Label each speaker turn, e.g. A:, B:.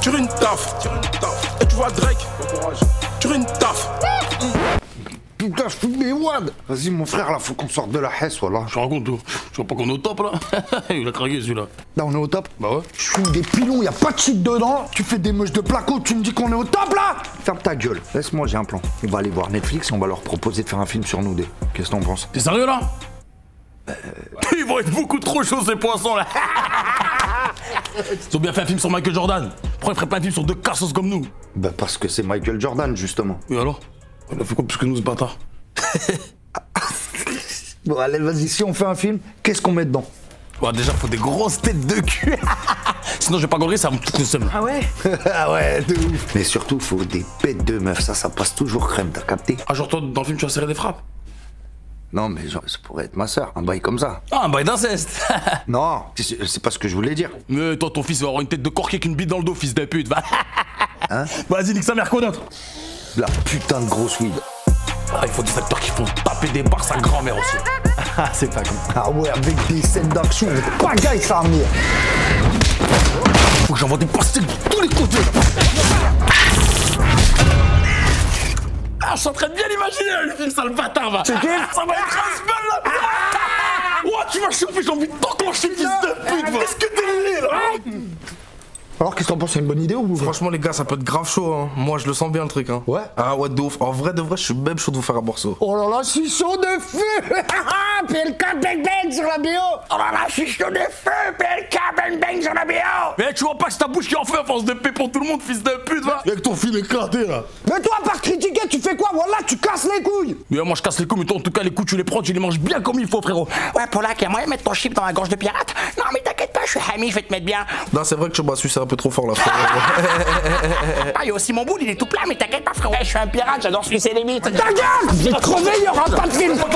A: Tu une taf. Et tu vois Drake. Tu une taf.
B: Putain, je fume mes wads Vas-y, mon frère, là, faut qu'on sorte de la Hesse, voilà.
C: Je te raconte, toi. tu vois pas qu'on est au top là Il a craqué celui-là.
B: Là, on est au top
C: Bah ouais.
B: Je fume des pilons, y a pas de shit dedans. Tu fais des meuches de placo, tu me dis qu'on est au top, là Ferme ta gueule. Laisse-moi, j'ai un plan. On va aller voir Netflix, on va leur proposer de faire un film sur nous deux. Qu'est-ce que t'en penses
C: T'es sérieux là Euh. Ils vont être beaucoup trop chauds ces poissons là Ils ont bien fait un film sur Michael Jordan. Pourquoi ils feraient pas un film sur deux cassos comme nous
B: Bah, parce que c'est Michael Jordan, justement.
C: Et alors Il a fait quoi plus que nous ce bâtard
B: Bon, allez, vas-y, si on fait un film, qu'est-ce qu'on met dedans
C: Bah déjà faut des grosses têtes de cul Sinon je vais pas gauler, ça me fout le seum.
D: Ah ouais
B: Ah ouais, de ouf Mais surtout, faut des bêtes de meufs, ça, ça passe toujours crème, t'as capté
C: Ah genre toi dans le film tu as serré des frappes
B: Non, mais genre, ça pourrait être ma sœur, un bail comme ça.
C: Ah un bail d'inceste
B: Non, c'est c'est pas ce que je voulais dire.
C: Mais toi ton fils va avoir une tête de corquet qu'une bite dans le dos fils de pute va Hein Bah, Vas-y nique sa mère qu'on d'autre
B: La putain de grosse weed.
C: Ah, il faut des acteurs qui font taper des barres sa grand-mère aussi.
E: Ah, c'est pas con.
B: Ah ouais, avec des scènes d'action, on pagaille ça, Amir.
C: Faut que j'envoie des pastilles de tous les côtés. Ah, je suis en train de bien l'imaginer, là, le film, sale bâtard, va. C'est Ça va être un là. Ouah, tu vas chauffer, j'ai envie de t'enclencher, fils de pute, va. Ah, Qu'est-ce que t'es laid, là
E: Alors, qu'est-ce que t'en penses C'est une bonne idée ou
F: Franchement, les gars, ça peut être grave chaud. Hein. Moi, je le sens bien le truc. Hein.
E: Ouais.
F: Ah ouais, de ouf. En vrai, de vrai, je suis même chaud de vous faire un morceau.
E: Oh là là, je suis chaud de feu PLK Bang Bang sur la bio
G: Oh là là, je suis chaud de feu, PLK, bang bang sur la BO
C: Mais tu vois pas que c'est ta bouche qui est en feu à force de pour tout le monde, fils de pute, va. Avec ton film éclaté, là.
E: Mais toi, par critiquer, tu fais quoi Voilà, tu casses les couilles
C: Mais moi, je casse les couilles, mais toi, en tout cas, les couilles, tu les prends, tu les manges bien comme il faut, frérot.
G: Ouais, Polak, y'a moyen de mettre ton chip dans la gorge de pirate Non, mais t'inquiète pas, je suis Hami, je vais te mettre bien.
E: Euh.
F: Non, c'est vrai que je m'as c'est un peu trop fort là, frère.
G: Ah, y'a aussi mon boule, il est tout plat, mais t'inquiète pas, frérot. Eh, je suis un pirate, j'adore sucer les mites.
E: Ta gueule Je vais crever, y'aura pas de film Ah, Eh,
C: oh,